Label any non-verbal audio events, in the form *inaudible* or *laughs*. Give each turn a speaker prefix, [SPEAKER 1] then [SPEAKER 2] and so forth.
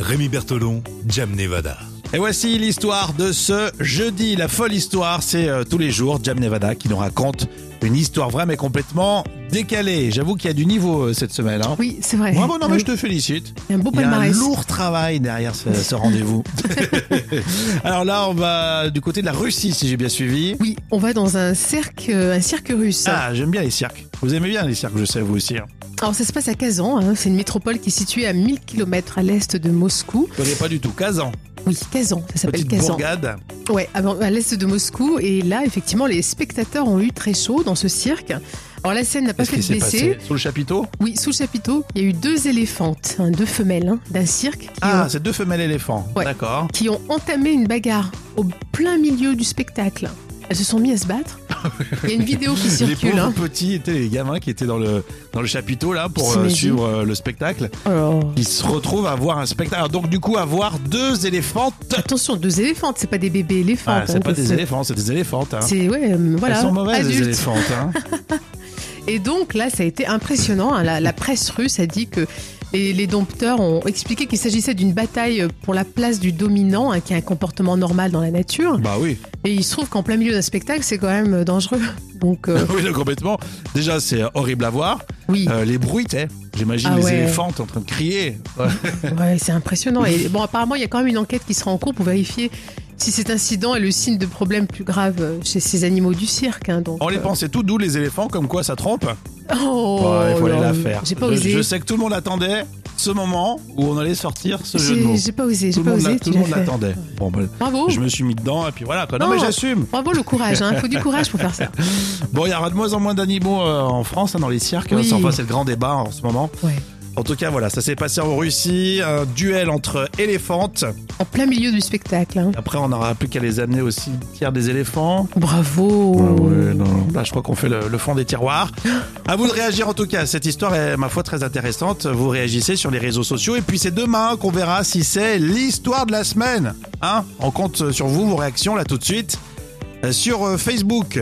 [SPEAKER 1] Rémi Bertolon, Jam Nevada.
[SPEAKER 2] Et voici l'histoire de ce jeudi. La folle histoire, c'est euh, tous les jours Jam Nevada qui nous raconte une histoire vraie mais complètement décalée. J'avoue qu'il y a du niveau euh, cette semaine. hein.
[SPEAKER 3] Oui, c'est vrai. Ah
[SPEAKER 2] Bravo, non mais
[SPEAKER 3] Oui.
[SPEAKER 2] je te félicite.
[SPEAKER 3] Il y a un beau
[SPEAKER 2] Il y a un
[SPEAKER 3] palmarès.
[SPEAKER 2] lourd travail derrière ce, ce
[SPEAKER 3] *laughs*
[SPEAKER 2] rendez-vous. Alors là, on va du côté de la Russie, si j'ai bien suivi.
[SPEAKER 3] Oui, on va dans un cirque, euh, un cirque russe.
[SPEAKER 2] Ah, j'aime bien les cirques. Vous aimez bien les cirques, je sais, vous aussi. hein.
[SPEAKER 3] Alors ça se passe à Kazan, hein. c'est une métropole qui est située à 1000 km à l'est de Moscou.
[SPEAKER 2] Je connais pas du tout. Kazan,
[SPEAKER 3] Oui, Kazan, ça s'appelle
[SPEAKER 2] petite
[SPEAKER 3] Kazan.
[SPEAKER 2] bourgade.
[SPEAKER 3] Ouais, à à l'est de Moscou. Et là, effectivement, les spectateurs ont eu très chaud dans ce cirque. Alors la scène n'a pas
[SPEAKER 2] Qu'est-ce
[SPEAKER 3] fait
[SPEAKER 2] qui
[SPEAKER 3] de
[SPEAKER 2] s'est
[SPEAKER 3] blessés.
[SPEAKER 2] passé Sous le chapiteau
[SPEAKER 3] Oui, sous le chapiteau, il y a eu deux éléphantes, hein, deux femelles hein, d'un cirque qui,
[SPEAKER 2] Ah,
[SPEAKER 3] ont,
[SPEAKER 2] c'est deux femelles éléphants.
[SPEAKER 3] Ouais.
[SPEAKER 2] D'accord.
[SPEAKER 3] qui ont entamé une bagarre au plein milieu du spectacle. Elles se sont mises à
[SPEAKER 2] *laughs*
[SPEAKER 3] se battre. Il y a une vidéo qui
[SPEAKER 2] Les
[SPEAKER 3] circule.
[SPEAKER 2] pauvres
[SPEAKER 3] hein.
[SPEAKER 2] petits étaient les gamins qui étaient dans le, dans le chapiteau là pour euh,
[SPEAKER 3] T'imagines
[SPEAKER 2] suivre euh, le spectacle.
[SPEAKER 3] Alors,
[SPEAKER 2] Ils se retrouvent à voir un spectacle. Alors, Donc du coup à voir deux éléphantes.
[SPEAKER 3] Attention, deux éléphantes, c'est pas des bébés éléphants.
[SPEAKER 2] Ah, c'est
[SPEAKER 3] hein,
[SPEAKER 2] pas
[SPEAKER 3] parce
[SPEAKER 2] des
[SPEAKER 3] Ah, que
[SPEAKER 2] éléphants, c'est des éléphantes. hein.
[SPEAKER 3] C'est ouais, euh, voilà.
[SPEAKER 2] Elles sont mauvaises les
[SPEAKER 3] adultes.
[SPEAKER 2] éléphantes.
[SPEAKER 3] *laughs*
[SPEAKER 2] hein.
[SPEAKER 3] Et donc là, ça a été impressionnant. hein. La, la presse russe a dit que les, les dompteurs ont expliqué qu'il s'agissait d'une bataille pour la place du dominant, hein, qui a un comportement normal dans la nature.
[SPEAKER 2] bah oui.
[SPEAKER 3] Et il se trouve qu'en plein milieu d'un spectacle, c'est quand même euh, dangereux.
[SPEAKER 2] *laughs*
[SPEAKER 3] Donc euh,
[SPEAKER 2] oui, donc, complètement. Déjà c'est euh, horrible à voir.
[SPEAKER 3] oui,
[SPEAKER 2] Euh, les bruits, t'sais. J'imagine
[SPEAKER 3] Ah
[SPEAKER 2] les
[SPEAKER 3] ouais.
[SPEAKER 2] éléphantes en train de crier. Ouais.
[SPEAKER 3] ouais, c'est impressionnant. Et bon, apparemment, il y a quand même une enquête qui sera en cours pour vérifier si cet incident est le signe de problèmes plus graves euh, chez ces animaux du cirque. hein. donc,
[SPEAKER 2] On les
[SPEAKER 3] euh,
[SPEAKER 2] pensait tout doux les éléphants comme quoi ça trompe.
[SPEAKER 3] Oh,
[SPEAKER 2] Ouais, il faut aller
[SPEAKER 3] non,
[SPEAKER 2] la faire.
[SPEAKER 3] J'ai pas
[SPEAKER 2] Je-
[SPEAKER 3] osé.
[SPEAKER 2] je sais que tout le monde attendait ce moment où on allait sortir ce jeu de mots.
[SPEAKER 3] J'ai j'ai pas osé,
[SPEAKER 2] Tout le
[SPEAKER 3] j'ai pas
[SPEAKER 2] monde, l'a-
[SPEAKER 3] osé.
[SPEAKER 2] tout
[SPEAKER 3] Tu
[SPEAKER 2] le
[SPEAKER 3] l'as
[SPEAKER 2] monde
[SPEAKER 3] fait.
[SPEAKER 2] l'attendait. Bon, ben,
[SPEAKER 3] Bravo,
[SPEAKER 2] je me suis mis dedans et puis voilà. Quoi. Non,
[SPEAKER 3] Non.
[SPEAKER 2] mais j'assume.
[SPEAKER 3] bravo le courage. hein. Il faut du courage pour faire ça.
[SPEAKER 2] Bon, il y aura de moins en moins d'animaux euh, en France, hein, dans les cirques.
[SPEAKER 3] Oui.
[SPEAKER 2] Ça, Enfin, c'est le grand débat hein, en ce moment.
[SPEAKER 3] Ouais.
[SPEAKER 2] En tout cas, voilà, ça s'est passé en Russie, un duel entre éléphantes.
[SPEAKER 3] En plein milieu du spectacle. hein.
[SPEAKER 2] Après, on n'aura plus qu'à les amener au cimetière des éléphants.
[SPEAKER 3] Bravo.
[SPEAKER 2] Ah Ouais, ouais, non, non. Là, je crois qu'on fait le, le fond des tiroirs. à vous de réagir en tout cas. Cette histoire est, ma foi, très intéressante. Vous réagissez sur les réseaux sociaux. Et puis, c'est demain qu'on verra si c'est l'histoire de la semaine. Hein On compte sur vous, vos réactions là tout de suite. Euh, Sur euh, Facebook,